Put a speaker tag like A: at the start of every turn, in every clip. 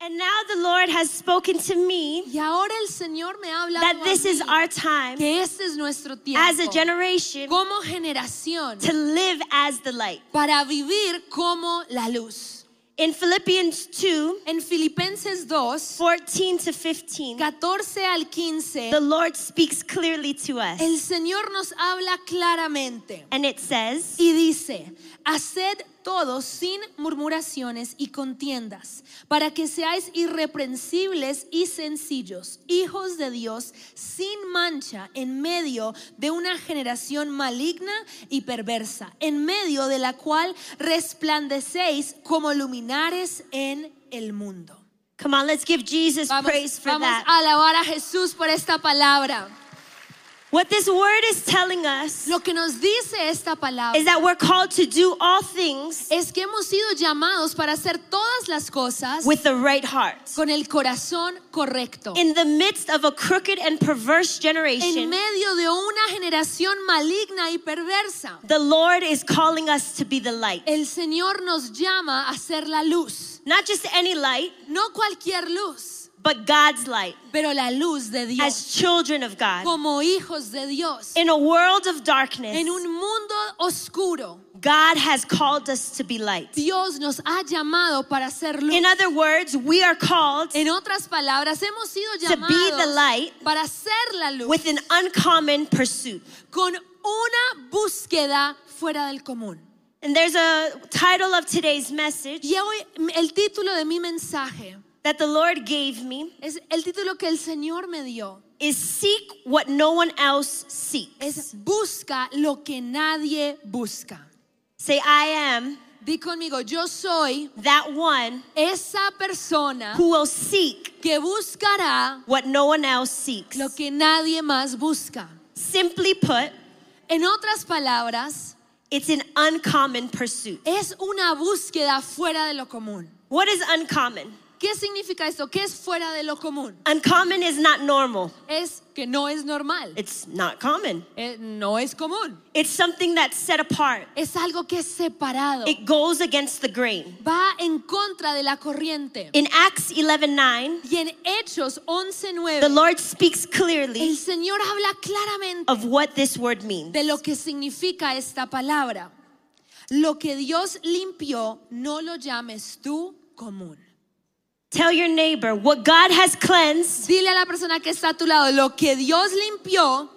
A: And now the Lord has spoken to me
B: Y ahora el Señor me habla
A: that this is our time
B: que este es nuestro tiempo
A: as a generation
B: como generación
A: to live as the light.
B: para vivir como la luz.
A: In Philippians 2
B: En Filipenses 2,
A: 14 to 15,
B: 14 al 15,
A: the Lord speaks clearly to us.
B: el Señor nos habla claramente
A: And it says,
B: y dice, haced todo sin murmuraciones y contiendas, para que seáis irreprensibles y sencillos, hijos de Dios, sin mancha, en medio de una generación maligna y perversa, en medio de la cual resplandecéis como luminares en el mundo.
A: Come on, let's give Jesus
B: Vamos,
A: praise for
B: vamos
A: that.
B: a alabar a Jesús por esta palabra.
A: What this word is telling us
B: Lo que nos dice esta palabra
A: is that we're called to do all things
B: es que hemos sido llamados para hacer todas las cosas
A: with the right heart.
B: con el corazón correcto.
A: In the midst of a crooked and perverse
B: En
A: generation,
B: medio de una generación maligna y perversa,
A: the Lord is calling us to be the light.
B: el Señor nos llama a ser la luz.
A: Not just any light,
B: No cualquier luz,
A: but God's light
B: pero la luz de Dios.
A: as children of God.
B: Como hijos de Dios,
A: In a world of darkness,
B: en un mundo oscuro,
A: God has called us to be light.
B: Dios nos ha llamado para ser luz.
A: In other words, we are called
B: En otras palabras, hemos sido
A: be the
B: llamados
A: light
B: para ser la luz
A: with an uncommon pursuit.
B: con una búsqueda fuera del común.
A: And there's a title of today's message
B: Y hoy el título de mi mensaje
A: that the Lord gave me
B: es el título que el Señor me dio.
A: is seek what no one else seeks.
B: Es busca lo que nadie busca.
A: Say I am
B: Di conmigo, yo soy
A: that one
B: esa persona
A: who will seek
B: que buscará
A: what no one else seeks.
B: lo que nadie más busca.
A: Simply put,
B: En otras palabras,
A: it's an uncommon pursuit.
B: es una búsqueda fuera de lo común.
A: What is uncommon?
B: ¿Qué significa esto? ¿Qué es fuera de lo común?
A: Uncommon is not normal.
B: Es que no es normal,
A: It's not common.
B: eh, no es común.
A: It's something that's set apart.
B: Es algo que es separado.
A: It goes against the grain.
B: Va en contra de la corriente.
A: In Acts 11:9,
B: Y en Hechos
A: the
B: 11:9,
A: Lord speaks
B: el
A: clearly
B: Señor habla claramente
A: of what this word means.
B: de lo que significa esta palabra. Lo que Dios limpió, no lo llames tú común.
A: Tell your neighbor, what God has cleansed,
B: Dile a la persona que está a tu lado, lo que Dios limpió,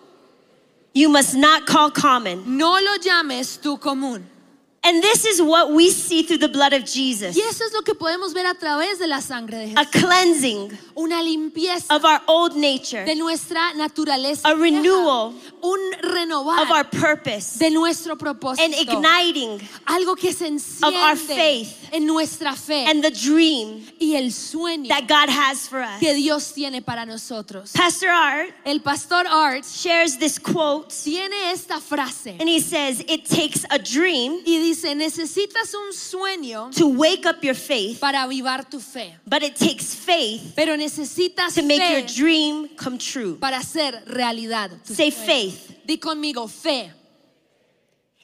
A: you must not call common.
B: no lo llames tú común.
A: And this is what we see through the blood of Jesus.
B: Y eso es lo que podemos ver a través de la sangre de
A: A
B: Jesús.
A: cleansing
B: Una limpieza
A: of our old nature,
B: de nuestra naturaleza.
A: a
B: vieja,
A: renewal
B: Un
A: of our
B: renovar
A: purpose,
B: de nuestro
A: and
B: propósito.
A: igniting
B: algo que se
A: of our
B: enciende
A: faith.
B: en nuestra fe
A: and the dream
B: y el sueño
A: that God has for us.
B: que Dios tiene para nosotros.
A: Pastor Art
B: El pastor Arch
A: shares this quote,
B: tiene esta frase
A: and he says, It takes a dream
B: y dice, necesitas un sueño
A: to wake up your faith,
B: para avivar tu fe,
A: but it takes faith
B: pero necesitas
A: to make your
B: fe
A: dream come true.
B: para hacer realidad. tu
A: Say
B: sueño.
A: faith.
B: Di conmigo, fe.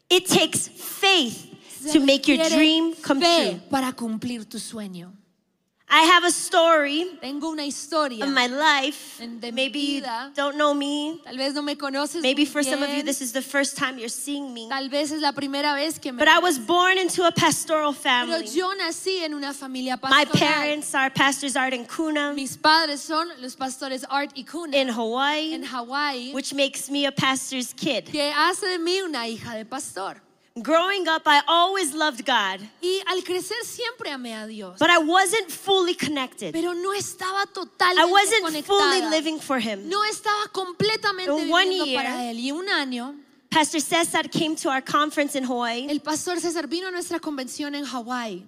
A: It takes faith
B: Se
A: to make your
B: requiere
A: dream come
B: fe
A: true.
B: para cumplir tu sueño.
A: I have a story
B: Tengo una historia.
A: of my life.
B: En de mi
A: Maybe you
B: vida.
A: don't know me.
B: Tal vez no me conoces.
A: Maybe
B: muy
A: for some of you,
B: bien.
A: this is the first time you're seeing me.
B: Tal vez es la primera vez que me
A: But I was born into a pastoral
B: Pero
A: family.
B: yo nací en una familia
A: My
B: pastoral.
A: parents are pastors Art and Kuna
B: Mis padres son los pastores Art y Kuna
A: in Hawaii,
B: en Hawái,
A: which makes me a pastor's kid.
B: que hace de mí una hija de pastor.
A: Growing up, I always loved God,
B: Y al crecer siempre amé a Dios,
A: but I wasn't fully connected.
B: pero no estaba
A: I
B: totalmente
A: wasn't fully
B: conectada.
A: living for Him.
B: No estaba completamente
A: In one
B: viviendo
A: year-
B: para él. Y un año,
A: Pastor Cesar came to our conference in Hawaii,
B: el pastor César vino a nuestra convención en Hawái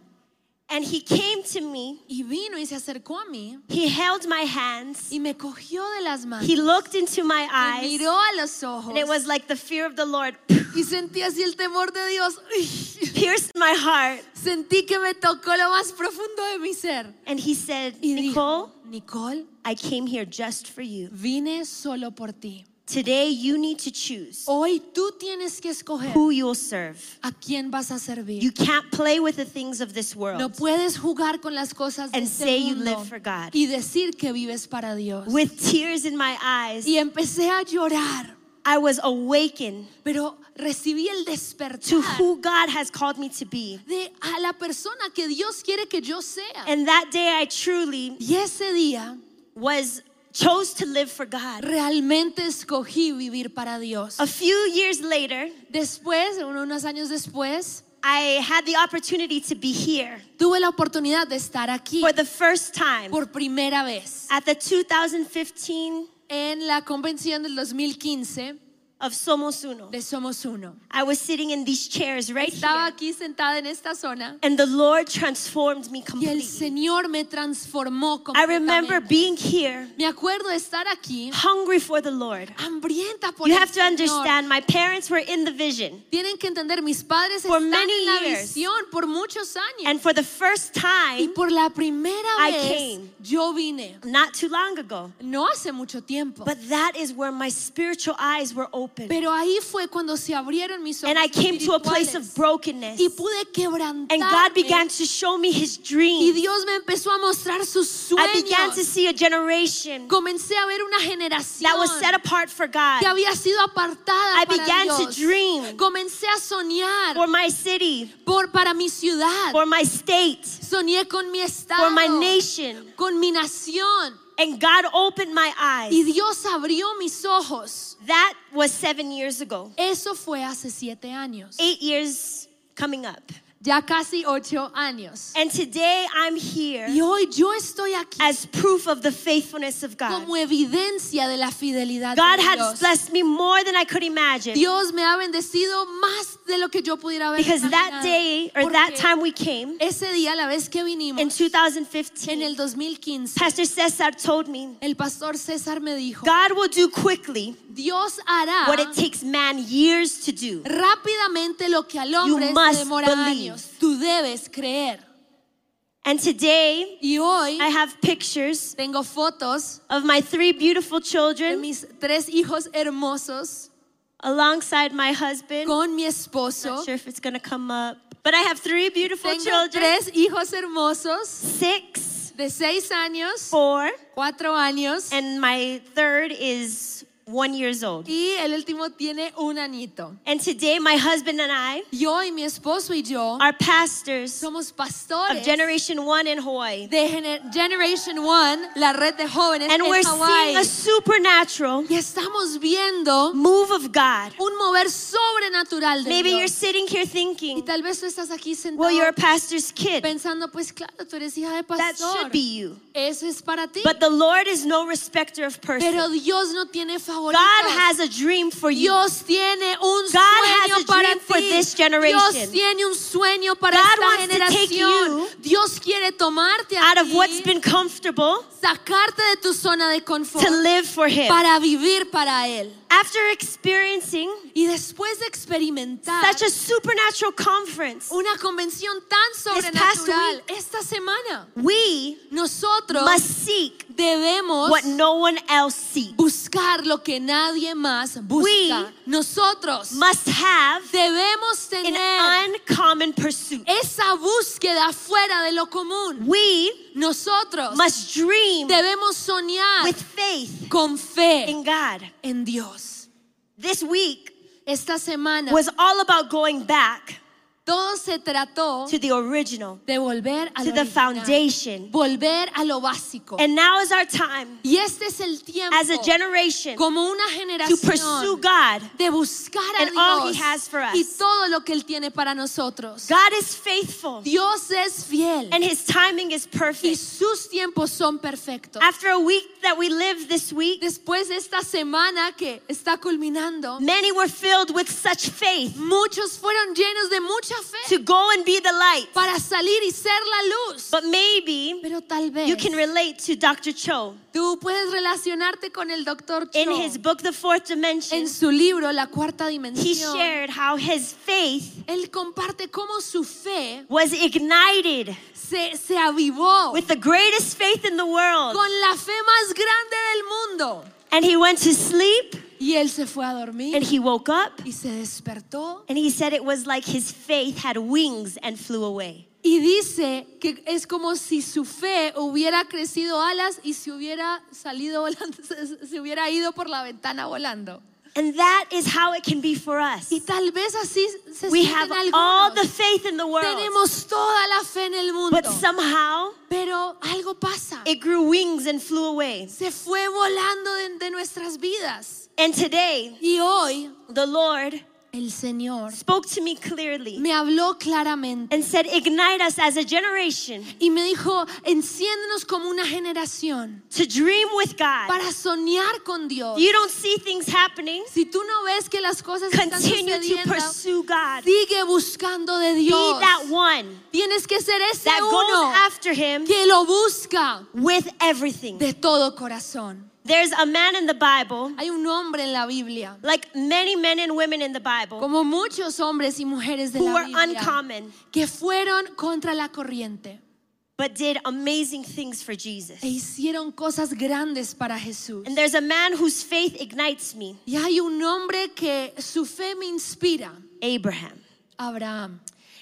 A: and he came to me.
B: y vino y se acercó a mí
A: He held my hands.
B: y me cogió de las manos.
A: He looked into my
B: me
A: eyes,
B: miró a los ojos
A: and it was like the fear of the Lord
B: y sentí así el temor de Dios.
A: pierced my heart.
B: Sentí que me tocó lo más profundo de mi ser.
A: And he said,
B: Y
A: Nicole,
B: dijo, Nicole,
A: I came here just for you
B: vine solo por ti
A: Today you need to choose
B: Hoy tú tienes que escoger
A: who you'll serve.
B: a quién vas a servir.
A: You can't play with the things of this world.
B: No puedes jugar con las cosas de
A: And
B: este
A: say you
B: mundo
A: live for God.
B: y decir que vives para Dios.
A: With tears in my eyes,
B: Y empecé a llorar,
A: I was awakened
B: pero recibí el
A: to
B: despertar
A: who God has called me to be.
B: de a la persona que Dios quiere que yo sea.
A: And that day I truly
B: Y ese día
A: was chose to live for God.
B: realmente escogí vivir para Dios.
A: A few years later,
B: Después, uno- unos años después,
A: I had the opportunity to be here
B: tuve la oportunidad de estar aquí
A: for the first time
B: por primera vez
A: at the 2015
B: en la convención del 2015
A: of Somos Uno.
B: de Somos Uno.
A: I was sitting in these chairs right
B: Estaba
A: here,
B: aquí sentada en esta zona
A: and the Lord transformed me
B: y el
A: completely.
B: Señor me transformó
A: I remember
B: completamente.
A: being here,
B: Me acuerdo de estar aquí
A: hungry for the Lord.
B: hambrienta por
A: You
B: el
A: have to
B: Señor.
A: understand, my parents were in the vision,
B: Tienen que entender, mis padres
A: For
B: están
A: many
B: en la
A: years.
B: visión por muchos años.
A: and for the first
B: Y
A: time,
B: por la primera
A: I
B: vez
A: came.
B: yo vine,
A: not too long ago.
B: no hace mucho tiempo,
A: But that is where my spiritual eyes were opened.
B: pero ahí fue cuando se abrieron mis ojos
A: And I came to a place of
B: espirituales.
A: brokenness.
B: y pude
A: And God began
B: quebrantarme
A: to show me his
B: y
A: dream.
B: Dios me empezó a mostrar sus
A: I began to
B: sueños.
A: see a generation
B: Comencé a ver una
A: that was set
B: generación
A: apart for
B: que
A: God,
B: había sido apartada
A: I began
B: para
A: to
B: Dios.
A: dream.
B: Comencé a soñar
A: for my city,
B: por para mi ciudad.
A: for my state,
B: Soñé con mi estado,
A: for my nation.
B: con mi nación.
A: And God opened my
B: Y
A: eyes.
B: Dios abrió mis ojos.
A: That was seven years ago,
B: Eso fue hace siete años.
A: eight years coming up.
B: Ya casi ocho años.
A: And today I'm
B: Y
A: here
B: hoy yo estoy aquí
A: as proof of the faithfulness of God.
B: como evidencia de la fidelidad
A: God
B: de
A: has
B: Dios.
A: blessed me more than I could imagine.
B: Dios me ha bendecido más de lo que yo pudiera haber
A: Because that
B: imaginado.
A: day or
B: Porque
A: that time we came
B: ese día, la vez que vinimos,
A: in
B: en
A: 2015,
B: el 2015,
A: Pastor Cesar told me,
B: el pastor César me dijo,
A: God will do quickly
B: Dios hará
A: what it takes man years to do.
B: rápidamente lo que al hombre se
A: must
B: demora
A: believe.
B: años. Tú debes creer.
A: And today
B: Y hoy
A: I have pictures
B: tengo fotos
A: of my three beautiful
B: de
A: children
B: mis tres hijos hermosos
A: alongside my husband.
B: con mi
A: Not
B: esposo.
A: sure if it's going to come up, but I have three beautiful
B: Tengo
A: children
B: tres hijos hermosos
A: six,
B: de seis años,
A: four,
B: cuatro años
A: and my third is one years old.
B: y el último tiene un añito.
A: And today my husband and I
B: Y hoy mi esposo y yo
A: are pastors
B: somos
A: of
B: pastores
A: Generation One in Hawaii.
B: de Gener- Generation One, la red de jóvenes
A: And we're
B: en
A: seeing a
B: Hawái.
A: supernatural
B: Y estamos viendo
A: move of God.
B: un mover sobrenatural de
A: Maybe you're
B: Dios.
A: sitting here
B: Y
A: thinking,
B: tal vez tú estás aquí sentado
A: well, you're a pastor's kid.
B: pensando, pues claro, tú eres hija de
A: That
B: pastor.
A: should be you.
B: Eso es para ti.
A: But the Lord is no respecter of
B: Pero
A: persons.
B: Dios no tiene favoritos.
A: God has a dream for you.
B: Dios tiene un
A: has
B: sueño
A: a
B: para
A: dream for
B: ti.
A: this generation.
B: Dios tiene un sueño para
A: God
B: esta
A: wants to take
B: generación.
A: you
B: Dios quiere tomarte a
A: Out of
B: ti,
A: what's been comfortable
B: sacarte de tu zona de confort
A: to live for Him.
B: para vivir para él.
A: After experiencing
B: Y después de experimentar
A: such a supernatural conference,
B: una convención tan
A: past
B: sobrenatural esta semana,
A: we
B: nosotros
A: must seek
B: debemos
A: what no one else seeks.
B: buscar lo que nadie más busca.
A: We
B: Nosotros
A: Must have
B: debemos
A: an
B: tener
A: uncommon pursuit.
B: esa búsqueda fuera de lo común.
A: We
B: Nosotros
A: must dream
B: debemos soñar
A: with faith
B: con fe
A: in God.
B: en Dios.
A: This week
B: Esta semana
A: was all about going back
B: todo se trató
A: to the original,
B: de volver a
A: to
B: lo
A: the
B: original,
A: foundation.
B: volver a lo básico.
A: And now is our time
B: Y este es el tiempo
A: as a generation
B: como una
A: to pursue
B: generación
A: God.
B: de buscar a
A: and all
B: Dios
A: he has for us.
B: y todo lo que él tiene para nosotros.
A: God is faithful
B: Dios es fiel
A: and his timing is
B: y
A: perfect.
B: sus tiempos son perfectos.
A: After a week that we lived this week,
B: Después de esta semana que está culminando,
A: many were filled with such faith
B: muchos fueron llenos de mucha fe
A: to go and be the light.
B: para salir y ser la luz.
A: But maybe
B: Pero tal vez
A: you can relate to Dr. Cho
B: tú puedes relacionarte con el doctor
A: in his book, The Fourth Dimension.
B: en su libro La Cuarta
A: He
B: Dimensión.
A: shared how his faith
B: Él comparte cómo su fe
A: was ignited
B: se, se avivó
A: with the greatest faith in the world.
B: con la fe más grande del mundo.
A: And he went to sleep
B: Y él se fue a
A: and
B: dormir
A: he woke up
B: y se despertó
A: and he said it was like his faith had wings and flew away.
B: y dice que es como si su fe hubiera crecido alas y se hubiera salido volando, se, se hubiera ido por la ventana volando.
A: And that is how it can be for us.
B: Y tal vez así se
A: We have
B: sienten
A: all
B: algunos.
A: the faith in the world,
B: Tenemos toda la fe en el mundo,
A: but somehow
B: pero algo pasa.
A: it grew wings and flew away.
B: Se fue volando de, de nuestras vidas.
A: And today,
B: Y hoy
A: the Lord
B: el Señor
A: spoke to me clearly
B: me habló claramente
A: and said, Ignite us as a generation
B: y me dijo, enciéndenos como una generación
A: to dream with God.
B: para soñar con Dios.
A: You don't see things happening,
B: Si tú no ves que las cosas están
A: continue to
B: sucediendo,
A: pursue God. Be
B: sigue buscando de Dios.
A: that one
B: Tienes que ser ese
A: that
B: uno
A: goes after Him
B: que lo busca
A: with everything.
B: de todo corazón.
A: There's a man in the Bible,
B: Hay un hombre en la Biblia,
A: like many men and women in the Bible,
B: como muchos hombres y mujeres de
A: who
B: la
A: were
B: Biblia,
A: uncommon
B: que fueron contra la corriente
A: but did amazing things for Jesus.
B: e hicieron cosas grandes para Jesús.
A: And there's a man whose faith ignites me,
B: Y hay un hombre que su fe me inspira,
A: Abraham.
B: Abraham.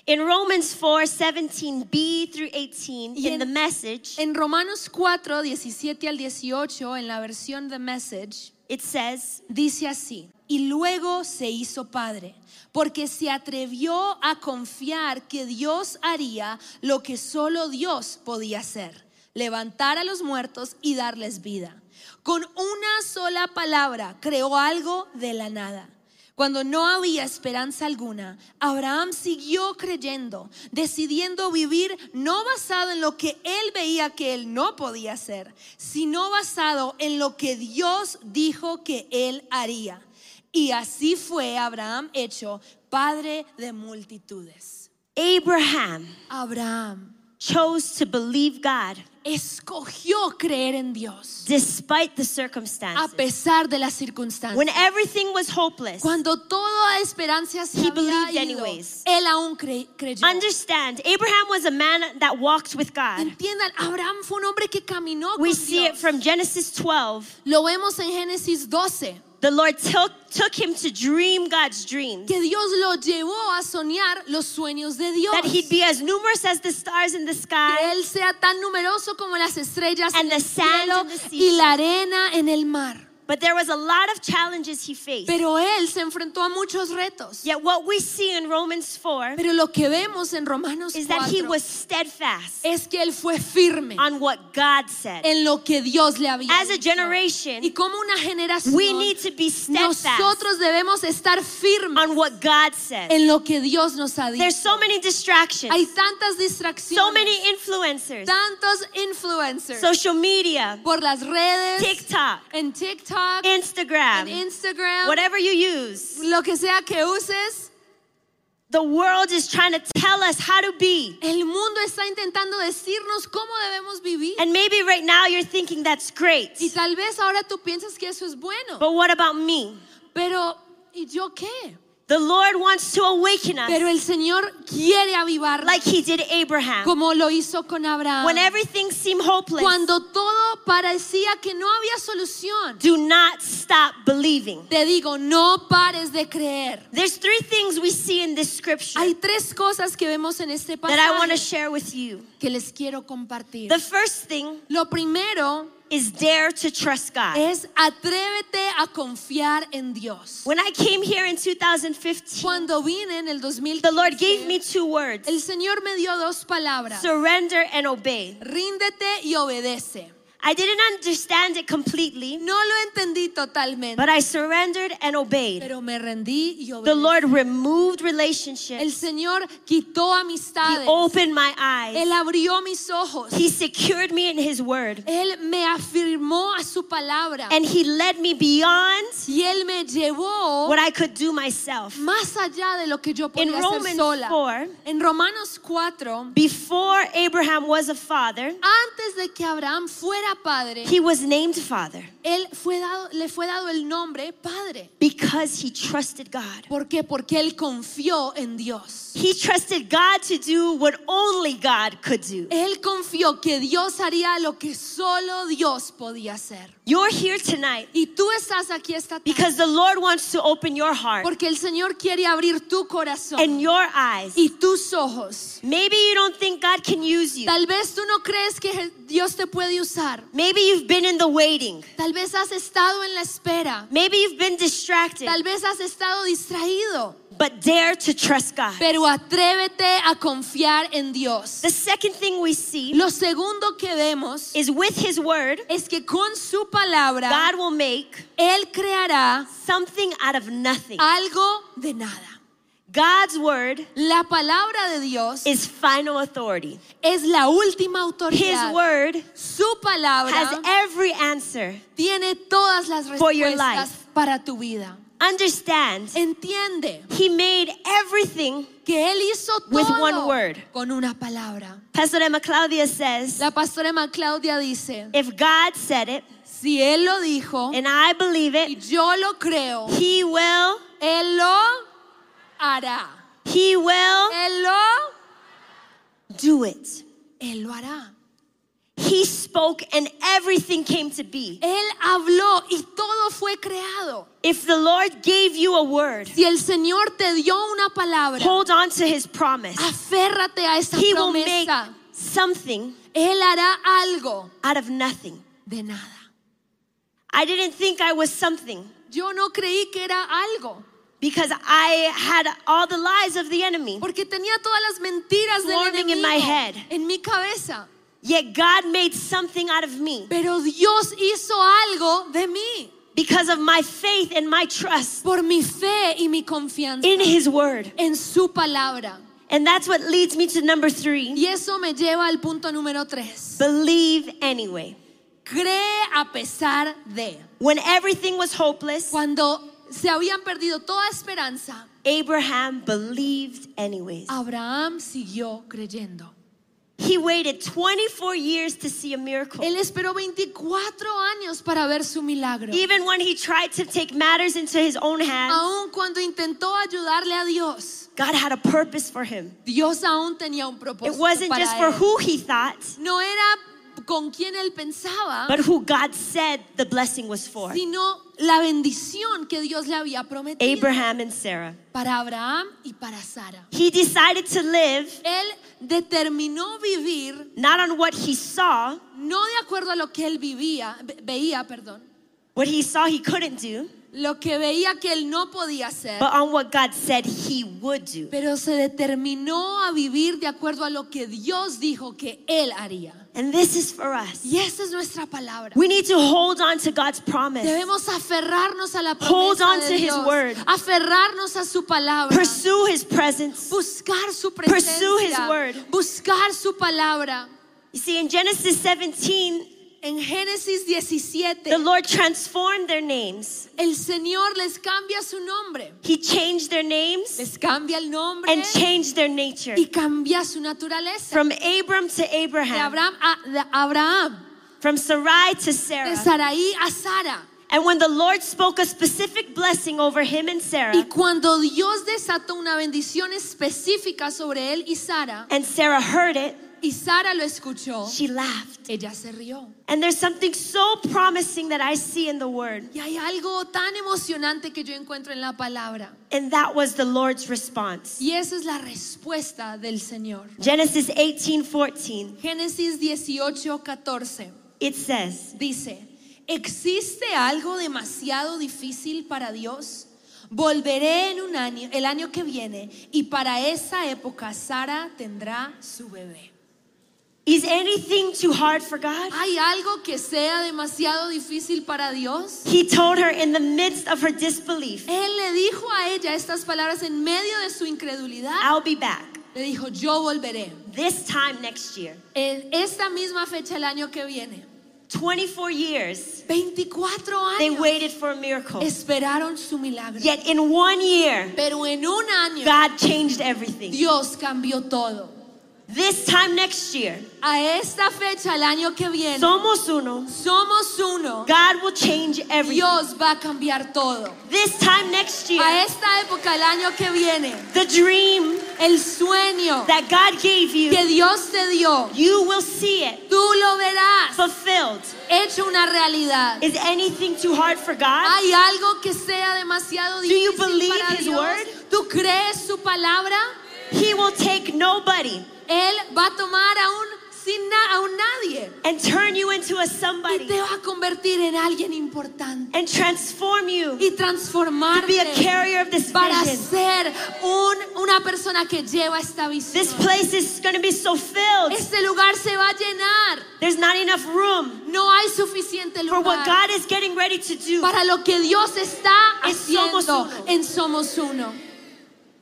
A: In Romans 4 17b through 18,
B: Y
A: in
B: en-
A: the message,
B: En Romanos 4, 17 al 18, en la versión The Message,
A: it says,
B: dice así, y luego se hizo padre, porque se atrevió a confiar que Dios haría lo que solo Dios podía hacer, levantar a los muertos y darles vida. Con una sola palabra creó algo de la nada. Cuando no había esperanza alguna, Abraham siguió creyendo, decidiendo vivir no basado en lo que él veía que él no podía hacer, sino basado en lo que Dios dijo que él haría. Y así fue Abraham hecho padre de multitudes.
A: Abraham
B: Abraham
A: chose to believe God
B: escogió creer en Dios
A: despite the
B: a
A: circumstances.
B: pesar de las circunstancias.
A: When everything was hopeless,
B: Cuando toda esperanza se
A: He
B: había
A: believed
B: ido,
A: anyways.
B: él aún cre- creyó.
A: understand, Abraham was a man that walked with God.
B: Entiendan, Abraham fue un hombre que caminó con
A: We see it
B: Dios.
A: from Genesis 12.
B: Lo vemos en Génesis 12,
A: The Lord took, took him to dream God's dreams,
B: que Dios lo llevó a soñar los sueños de Dios.
A: that he'd be as numerous as the stars in the
B: que
A: sky.
B: él sea tan numeroso como las estrellas
A: And
B: en el
A: the sand
B: cielo
A: in the sea.
B: y la arena en el mar.
A: But there was a lot of challenges he faced.
B: Pero él se enfrentó a muchos retos.
A: Yet what we see in Romans 4
B: Pero lo que vemos en Romanos
A: is that he
B: 4
A: was steadfast
B: es que él fue firme
A: on what God said.
B: en lo que Dios le había
A: As a
B: dicho.
A: generation,
B: Y como una generación,
A: We need to be steadfast
B: nosotros debemos estar firmes
A: on what God said.
B: en lo que Dios nos ha dicho.
A: There's so many
B: Hay
A: distractions,
B: tantas
A: so
B: distracciones,
A: many influencers,
B: tantos influencers
A: social media,
B: por las redes,
A: TikTok,
B: en TikTok, en
A: Instagram,
B: Instagram,
A: whatever you use.
B: lo que sea que uses.
A: The world is trying to tell us how to be.
B: El mundo está intentando decirnos cómo debemos vivir.
A: And maybe right now you're thinking that's great.
B: Y tal vez ahora tú piensas que eso es bueno,
A: But what about me?
B: pero ¿y yo qué?
A: The Lord wants to awaken us
B: Pero el Señor quiere avivar
A: Ah. like ah. he did Abraham.
B: como lo hizo con Abraham.
A: When everything seemed hopeless,
B: Cuando todo parecía que no había solución,
A: do not stop believing.
B: te digo, no pares de creer.
A: There's three things we see in this scripture
B: Hay tres cosas que vemos en este
A: that I want to
B: pasaje
A: share with you.
B: que les quiero compartir.
A: The first thing
B: Lo primero
A: is dare to trust God.
B: es atrévete a confiar en Dios.
A: When I came here in 2015,
B: Cuando vine en el
A: the Lord gave
B: 2015,
A: me two words
B: el Señor me dio dos palabras.
A: surrender and obey.
B: Ríndete y obedece.
A: I didn't understand it completely,
B: No lo entendí totalmente,
A: but I surrendered and obeyed.
B: pero me rendí y
A: The
B: obedecí.
A: Lord removed
B: El
A: relationships,
B: Señor quitó
A: He
B: amistades.
A: opened my eyes,
B: Él abrió mis ojos.
A: He secured me in His word,
B: Él me afirmó a su palabra.
A: and He led me beyond
B: Y Él me llevó
A: what I could do myself.
B: más allá de lo que yo
A: In
B: podía hacer
A: Romans
B: sola.
A: 4,
B: En Romanos 4,
A: before Abraham was a father,
B: antes de que Abraham fuera era padre,
A: he was named Father
B: él fue dado, le fue dado el nombre padre.
A: because he trusted God.
B: ¿Por qué? Porque él confió en Dios.
A: He trusted God to do what only God could do.
B: Él confió que Dios haría lo que solo Dios podía hacer.
A: You're here tonight
B: Y tú estás aquí esta tarde
A: because the Lord wants to open your heart
B: porque el Señor quiere abrir tu
A: and
B: corazón
A: your eyes.
B: y tus ojos.
A: Maybe you don't think God can use you.
B: Tal vez tú no crees que Dios te puede usar.
A: Maybe you've been in the waiting.
B: Tal vez has estado en la espera.
A: Maybe you've been distracted.
B: Tal vez has estado distraído.
A: But dare to trust God.
B: Pero atrévete a confiar en Dios.
A: The second thing we see
B: Lo segundo que vemos
A: is with His Word,
B: es que con su palabra
A: God will make
B: Él creará
A: something out of nothing.
B: algo de nada.
A: God's Word
B: La palabra de Dios
A: is final authority.
B: es la última
A: His
B: autoridad.
A: Word
B: Su
A: has
B: palabra
A: every answer.
B: tiene todas las
A: For your
B: respuestas para tu vida.
A: Understand,
B: Entiende
A: He made everything.
B: que Él hizo
A: With one
B: todo
A: word.
B: con una palabra.
A: Pastor Emma Claudia says,
B: La pastora Emma Claudia dice,
A: if God said it
B: si Él lo dijo
A: and I believe
B: y
A: it,
B: yo lo creo,
A: He will,
B: Él lo hará.
A: He will
B: Él lo,
A: do it.
B: él lo hará.
A: He spoke and everything came to be.
B: Él habló y todo fue creado.
A: If the Lord gave you a word,
B: Si el Señor te dio una palabra,
A: hold on to His promise.
B: aférrate a esa
A: He will make
B: promesa.
A: something
B: Él hará algo
A: out of nothing.
B: de nada.
A: I didn't think I was something
B: Yo no creí que era algo,
A: because I had all the lies of the enemy.
B: porque tenía todas las mentiras del
A: Forming
B: enemigo
A: in my head.
B: en mi cabeza.
A: Yet God made something out of me
B: Pero Dios hizo algo de mí
A: because of my faith and my trust
B: por mi fe y mi confianza
A: in His word.
B: en su palabra.
A: And that's what leads me to number three
B: Y eso me lleva al punto número tres.
A: believe anyway.
B: Cree a pesar de.
A: When everything was hopeless,
B: Cuando se habían perdido toda esperanza,
A: Abraham believed anyways.
B: Abraham siguió creyendo.
A: He waited 24 years to see a miracle.
B: Él esperó 24 años para ver su milagro.
A: Even when he tried to take matters into his own hands,
B: Aun cuando intentó ayudarle a Dios,
A: God had a purpose for him.
B: Dios aún tenía un
A: It
B: propósito
A: wasn't
B: para
A: just for
B: él.
A: who he thought,
B: No era con quien él pensaba,
A: but who God said the blessing was for
B: sino la bendición que Dios le había prometido
A: Abraham and Sarah.
B: para Abraham y para Sara.
A: He decided to live
B: Él determinó vivir
A: not on what he saw,
B: no de acuerdo a lo que él vivía, ve- veía, perdón,
A: what he saw he couldn't do,
B: lo que veía que él no podía hacer,
A: but on what God said he would do.
B: pero se determinó a vivir de acuerdo a lo que Dios dijo que él haría.
A: And this is for us.
B: Y esa es nuestra palabra.
A: We need to hold on to God's promise,
B: Debemos aferrarnos a la
A: Hold
B: promesa
A: on
B: de
A: to his
B: Dios,
A: word.
B: aferrarnos a su palabra,
A: pursue his presence.
B: buscar su
A: Pursue his
B: presencia,
A: word.
B: buscar su palabra.
A: You see, in Genesis 17,
B: En Génesis 17,
A: the Lord transformed their names.
B: el Señor les cambia su nombre,
A: He changed their names
B: les cambia el nombre
A: and changed their nature.
B: y cambia su naturaleza.
A: From Abram to
B: De
A: Abraham,
B: Abraham a de Abraham,
A: from Sarai to
B: de
A: Sarah.
B: Saraí a Sara.
A: And when the Lord spoke a specific blessing over him and
B: Y
A: Sarah,
B: cuando Dios desató una bendición específica sobre él y Sara,
A: and Sarah heard it,
B: y Sara lo escuchó,
A: she laughed.
B: ella se rió.
A: And there's something so promising that I see in the word,
B: Y hay algo tan emocionante que yo encuentro en la palabra.
A: and that was the Lord's response.
B: Y esa es la respuesta del Señor.
A: Genesis 18:14.
B: Génesis 18, 14
A: It says,
B: dice, ¿existe algo demasiado difícil para Dios? Volveré en un año, el año que viene, y para esa época Sara tendrá su bebé.
A: "Is anything too hard for God?"
B: ¿Hay algo que sea demasiado difícil para Dios?
A: He told her in the midst of her disbelief,
B: Él le dijo a ella estas palabras en medio de su incredulidad.
A: "I'll be back
B: Le dijo, yo volveré.
A: this time next year."
B: En esta misma fecha el año que viene,
A: 24 years
B: 24
A: they
B: años
A: waited for a miracle.
B: esperaron su milagro.
A: Yet in one year,
B: Pero en un año
A: God changed everything.
B: Dios cambió todo.
A: This time next year,
B: A esta fecha, el año que viene,
A: somos uno.
B: somos uno.
A: God will change everything.
B: Dios va a cambiar todo.
A: This time next
B: A
A: year,
B: esta época, el año que viene,
A: the dream
B: el sueño
A: that God gave you,
B: que Dios te dio,
A: you will see it
B: tú lo verás
A: fulfilled.
B: hecho una realidad.
A: Is anything too hard for God?
B: ¿Hay algo que sea demasiado
A: you
B: difícil
A: believe
B: para
A: his
B: Dios?
A: word?
B: ¿Tú crees su palabra?
A: He will take nobody
B: Él va a tomar a un, sin na- a un nadie
A: and turn you into a somebody
B: y te va a convertir en alguien importante
A: and transform you to
B: y
A: be a
B: transformarte
A: carrier of this
B: para
A: vision.
B: ser un- una persona que lleva esta visión.
A: This place is going to be so filled.
B: Este lugar se va a llenar.
A: There's not enough room
B: No hay suficiente
A: for what
B: lugar
A: God is getting ready to do.
B: para lo que Dios está
A: En Somos
B: haciendo
A: Uno.
B: en Somos Uno.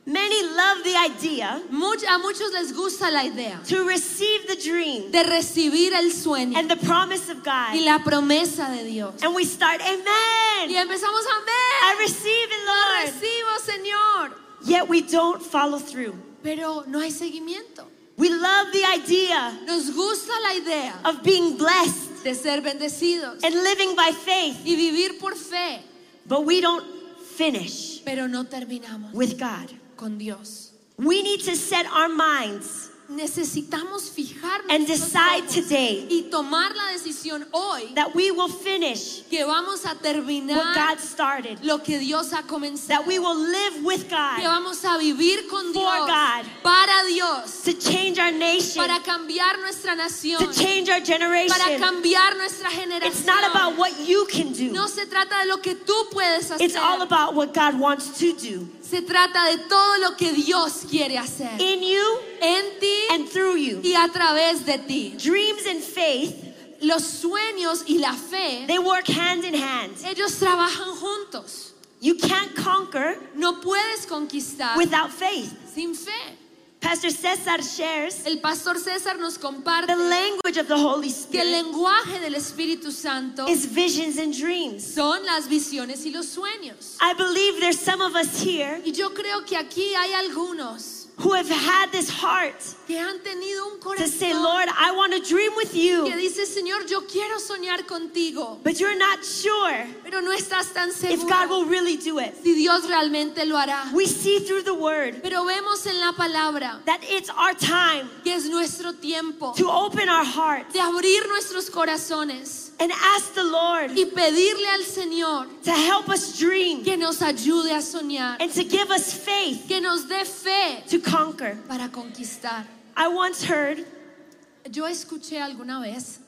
A: Many love the idea
B: Much- a muchos les gusta la idea
A: to receive the dream
B: de recibir el sueño
A: and the promise of
B: y
A: God.
B: la promesa de Dios.
A: And we start,
B: Y
A: Amen.
B: empezamos a
A: I
B: ver,
A: receive
B: lo
A: it, Lord.
B: recibo, Señor.
A: Yet we don't follow through.
B: Pero no hay seguimiento.
A: We love the idea
B: Nos gusta la idea
A: of being blessed
B: de ser bendecidos
A: and living by faith,
B: y vivir por fe,
A: but we don't finish
B: pero no terminamos
A: with God.
B: con Dios.
A: We need to set our minds
B: Necesitamos fijarnos
A: And
B: nuestros
A: decide
B: ojos
A: today.
B: y tomar la decisión hoy
A: that we will finish
B: que vamos a
A: what
B: terminar
A: God started,
B: lo que Dios ha comenzado,
A: that we will live with
B: que
A: God
B: vamos a vivir con
A: For
B: Dios,
A: God.
B: para Dios,
A: to change our nation,
B: para cambiar nuestra nación,
A: to change our
B: para
A: generation.
B: cambiar nuestra
A: It's
B: generación.
A: not about what you can do,
B: No se trata de lo que tú puedes hacer,
A: it's all about what God wants to do
B: se trata de todo lo que Dios quiere hacer
A: in you
B: en ti
A: and through you.
B: y a través de ti.
A: Dreams and faith,
B: Los sueños y la fe,
A: they work hand in hand.
B: ellos trabajan juntos.
A: You can't conquer
B: No puedes conquistar
A: without faith.
B: sin fe.
A: Pastor Cesar shares
B: El pastor César nos comparte
A: the language of the Holy
B: que el
A: Spirit
B: lenguaje del Espíritu Santo
A: is visions and dreams.
B: son las visiones y los sueños.
A: I believe there's some of us here
B: Y yo creo que aquí hay algunos
A: who have had this heart
B: que han tenido un
A: to say,
B: corazón
A: Lord, I want to dream with
B: que
A: you,
B: dice, Señor, yo quiero soñar contigo,
A: but you're not sure
B: pero no estás tan
A: if God
B: seguro
A: will really do it.
B: si Dios realmente lo hará.
A: We see through the word
B: Pero vemos en la palabra
A: that it's our time
B: que es nuestro tiempo
A: to open our heart
B: de abrir nuestros corazones
A: and ask the Lord
B: y pedirle al Señor
A: to help us dream
B: que nos ayude a soñar,
A: and to give us faith
B: que nos dé fe
A: to conquer.
B: para conquistar.
A: I once heard
B: Yo escuché alguna vez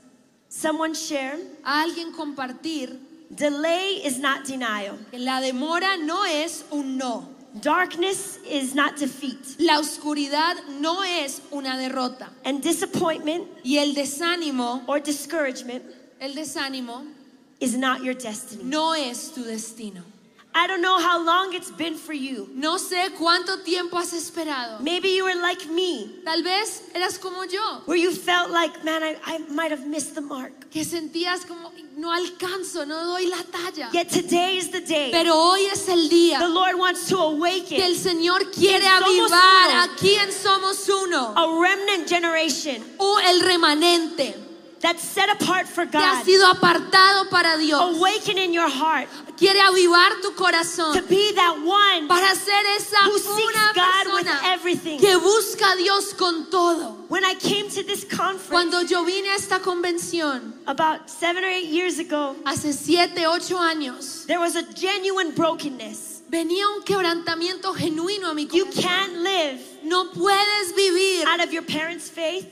A: someone share
B: a alguien compartir
A: delay is not denial,
B: que la demora no es un no,
A: darkness is not defeat,
B: la oscuridad no es una derrota
A: and disappointment
B: y el desánimo,
A: or discouragement
B: el desánimo
A: is not your destiny.
B: no es tu destino.
A: I don't know how long it's been for you.
B: No sé cuánto tiempo has esperado.
A: Maybe you were like me,
B: Tal vez eras como yo,
A: where you felt like, man, I, I might have missed the mark.
B: que sentías como no alcanzo, no doy la talla.
A: Yet today is the day
B: Pero hoy es el
A: the
B: día
A: Lord wants to
B: que
A: awaken
B: el Señor quiere
A: En Somos
B: avivar
A: Uno.
B: aquí en Somos Uno
A: a remnant generation
B: o el remanente
A: that's set apart for
B: que ha
A: God.
B: sido apartado para Dios.
A: Awaken in your heart
B: quiere avivar tu
A: to
B: corazón
A: be that one
B: Ah. para ser esa
A: who seeks
B: una
A: God with
B: persona
A: everything.
B: que busca a Dios con todo.
A: When I came to this conference
B: Cuando yo vine a esta convención
A: about seven or eight years ago,
B: hace siete, ocho años,
A: there was a genuine brokenness.
B: venía un quebrantamiento genuino a mi
A: You
B: corazón.
A: can't live
B: No puedes vivir
A: out of your parents' faith,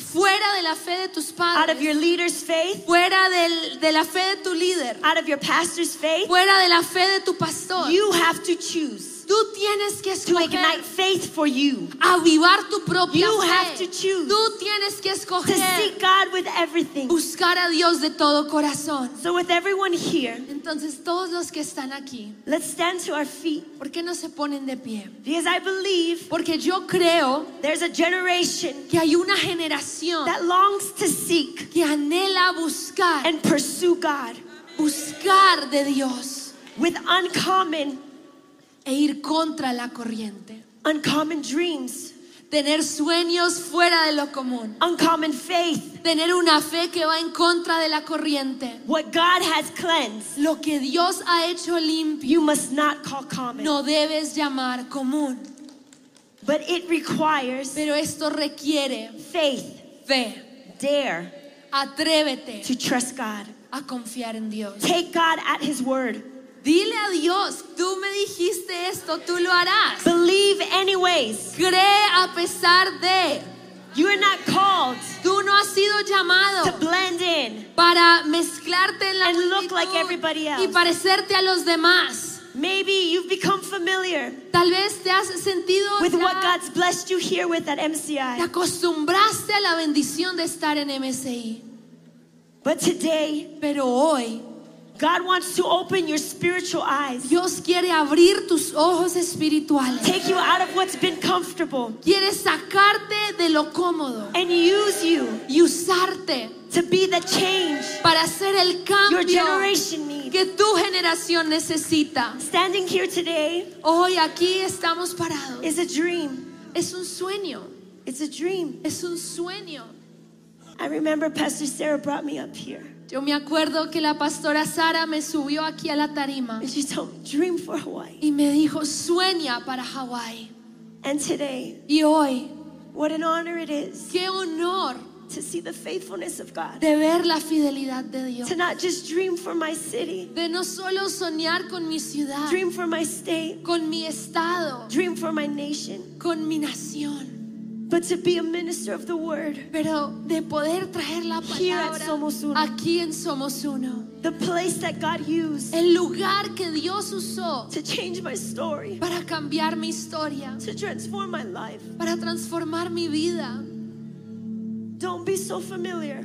B: fuera de la fe de tus
A: out of
B: padres,
A: your leader's faith,
B: fuera del- de la fe de tu líder,
A: out of your pastor's faith.
B: fuera de la fe de tu pastor.
A: You have to choose
B: Tú tienes que
A: to ignite
B: escoger
A: faith for you,
B: avivar tu propia
A: You have
B: fe.
A: to choose
B: Tú tienes que
A: to
B: escoger
A: seek God with everything.
B: buscar a Dios de todo corazón.
A: So, with everyone here,
B: Entonces todos los que están aquí,
A: let's stand to our feet
B: ¿por qué no se ponen de pie?
A: because I believe
B: Porque yo creo
A: there's a generation
B: que hay una generación
A: that longs to seek
B: que anhela buscar,
A: and pursue God
B: buscar de Dios
A: with uncommon,
B: e ir contra la corriente.
A: uncommon dreams,
B: tener sueños fuera de lo común,
A: uncommon faith.
B: tener una fe que va en contra de la corriente.
A: What God has cleansed,
B: Lo que Dios ha hecho limpio
A: you must not call common.
B: no debes llamar común,
A: But it requires
B: pero esto requiere
A: faith.
B: fe.
A: Dare
B: Atrévete
A: to trust God.
B: a confiar en Dios.
A: Take God at His word.
B: Dile a Dios, tú me dijiste esto, tú lo harás.
A: Believe, anyways.
B: Cree a pesar de,
A: You are not called
B: tú no has sido
A: to
B: llamado
A: blend in.
B: para mezclarte en la
A: And look like everybody
B: multitud
A: else.
B: y parecerte a los demás.
A: Maybe you've become familiar
B: Tal vez te has sentido
A: with
B: ya-
A: what God's blessed you here with at
B: te
A: MCI.
B: acostumbraste a la bendición de estar en MSI,
A: But today,
B: pero hoy
A: God wants to open your spiritual eyes,
B: Dios quiere abrir tus ojos espirituales.
A: take you out of what's been comfortable,
B: Quiere sacarte de lo cómodo
A: and use you
B: y usarte
A: to be the change
B: para hacer el
A: your
B: cambio
A: generation needs.
B: que tu generación necesita.
A: Standing here today
B: Hoy aquí estamos parados.
A: is a dream.
B: Es un sueño,
A: It's a dream.
B: es un sueño.
A: I remember Pastor Sarah brought me up here,
B: Yo me acuerdo que la pastora Sara me subió aquí a la tarima
A: and she told me, Dream for Hawaii.
B: y me dijo, sueña para Hawái.
A: And today,
B: Y hoy,
A: what an honor it is
B: qué honor
A: to see the faithfulness of God.
B: de ver la fidelidad de Dios.
A: To not just dream for my city,
B: De no solo soñar con mi ciudad,
A: dream for my state,
B: con mi estado,
A: dream for my nation,
B: con mi nación,
A: but to be a minister of the word.
B: pero de poder traer la
A: Here at
B: palabra
A: Somos Uno.
B: aquí en Somos Uno.
A: The place that God used
B: El lugar que Dios usó
A: to change my story,
B: para cambiar mi historia,
A: to transform my life.
B: para transformar mi vida.
A: Don't be so familiar.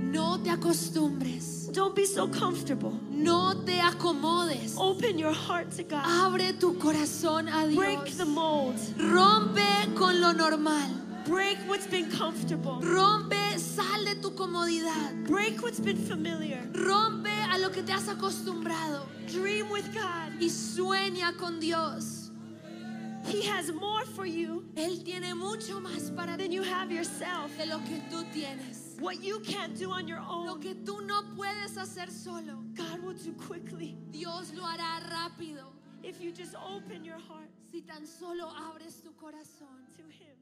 B: No te acostumbres,
A: Don't be so comfortable.
B: no te acomodes.
A: Open your heart to God.
B: Abre tu corazón a
A: Break
B: Dios.
A: the mold.
B: Rompe con lo normal.
A: Break what's been comfortable.
B: Rompe, sal de tu comodidad.
A: Break what's been familiar.
B: Rompe a lo que te has acostumbrado
A: Dream with God.
B: y sueña con Dios.
A: He has more for you
B: Él tiene mucho más para
A: than
B: ti
A: you have yourself.
B: de lo que tú tienes.
A: What you can't do on your
B: Lo
A: own,
B: que tú no puedes hacer solo,
A: God will do quickly
B: Dios lo hará rápido
A: if you just open your heart
B: si tan solo abres tu corazón.
A: to Him.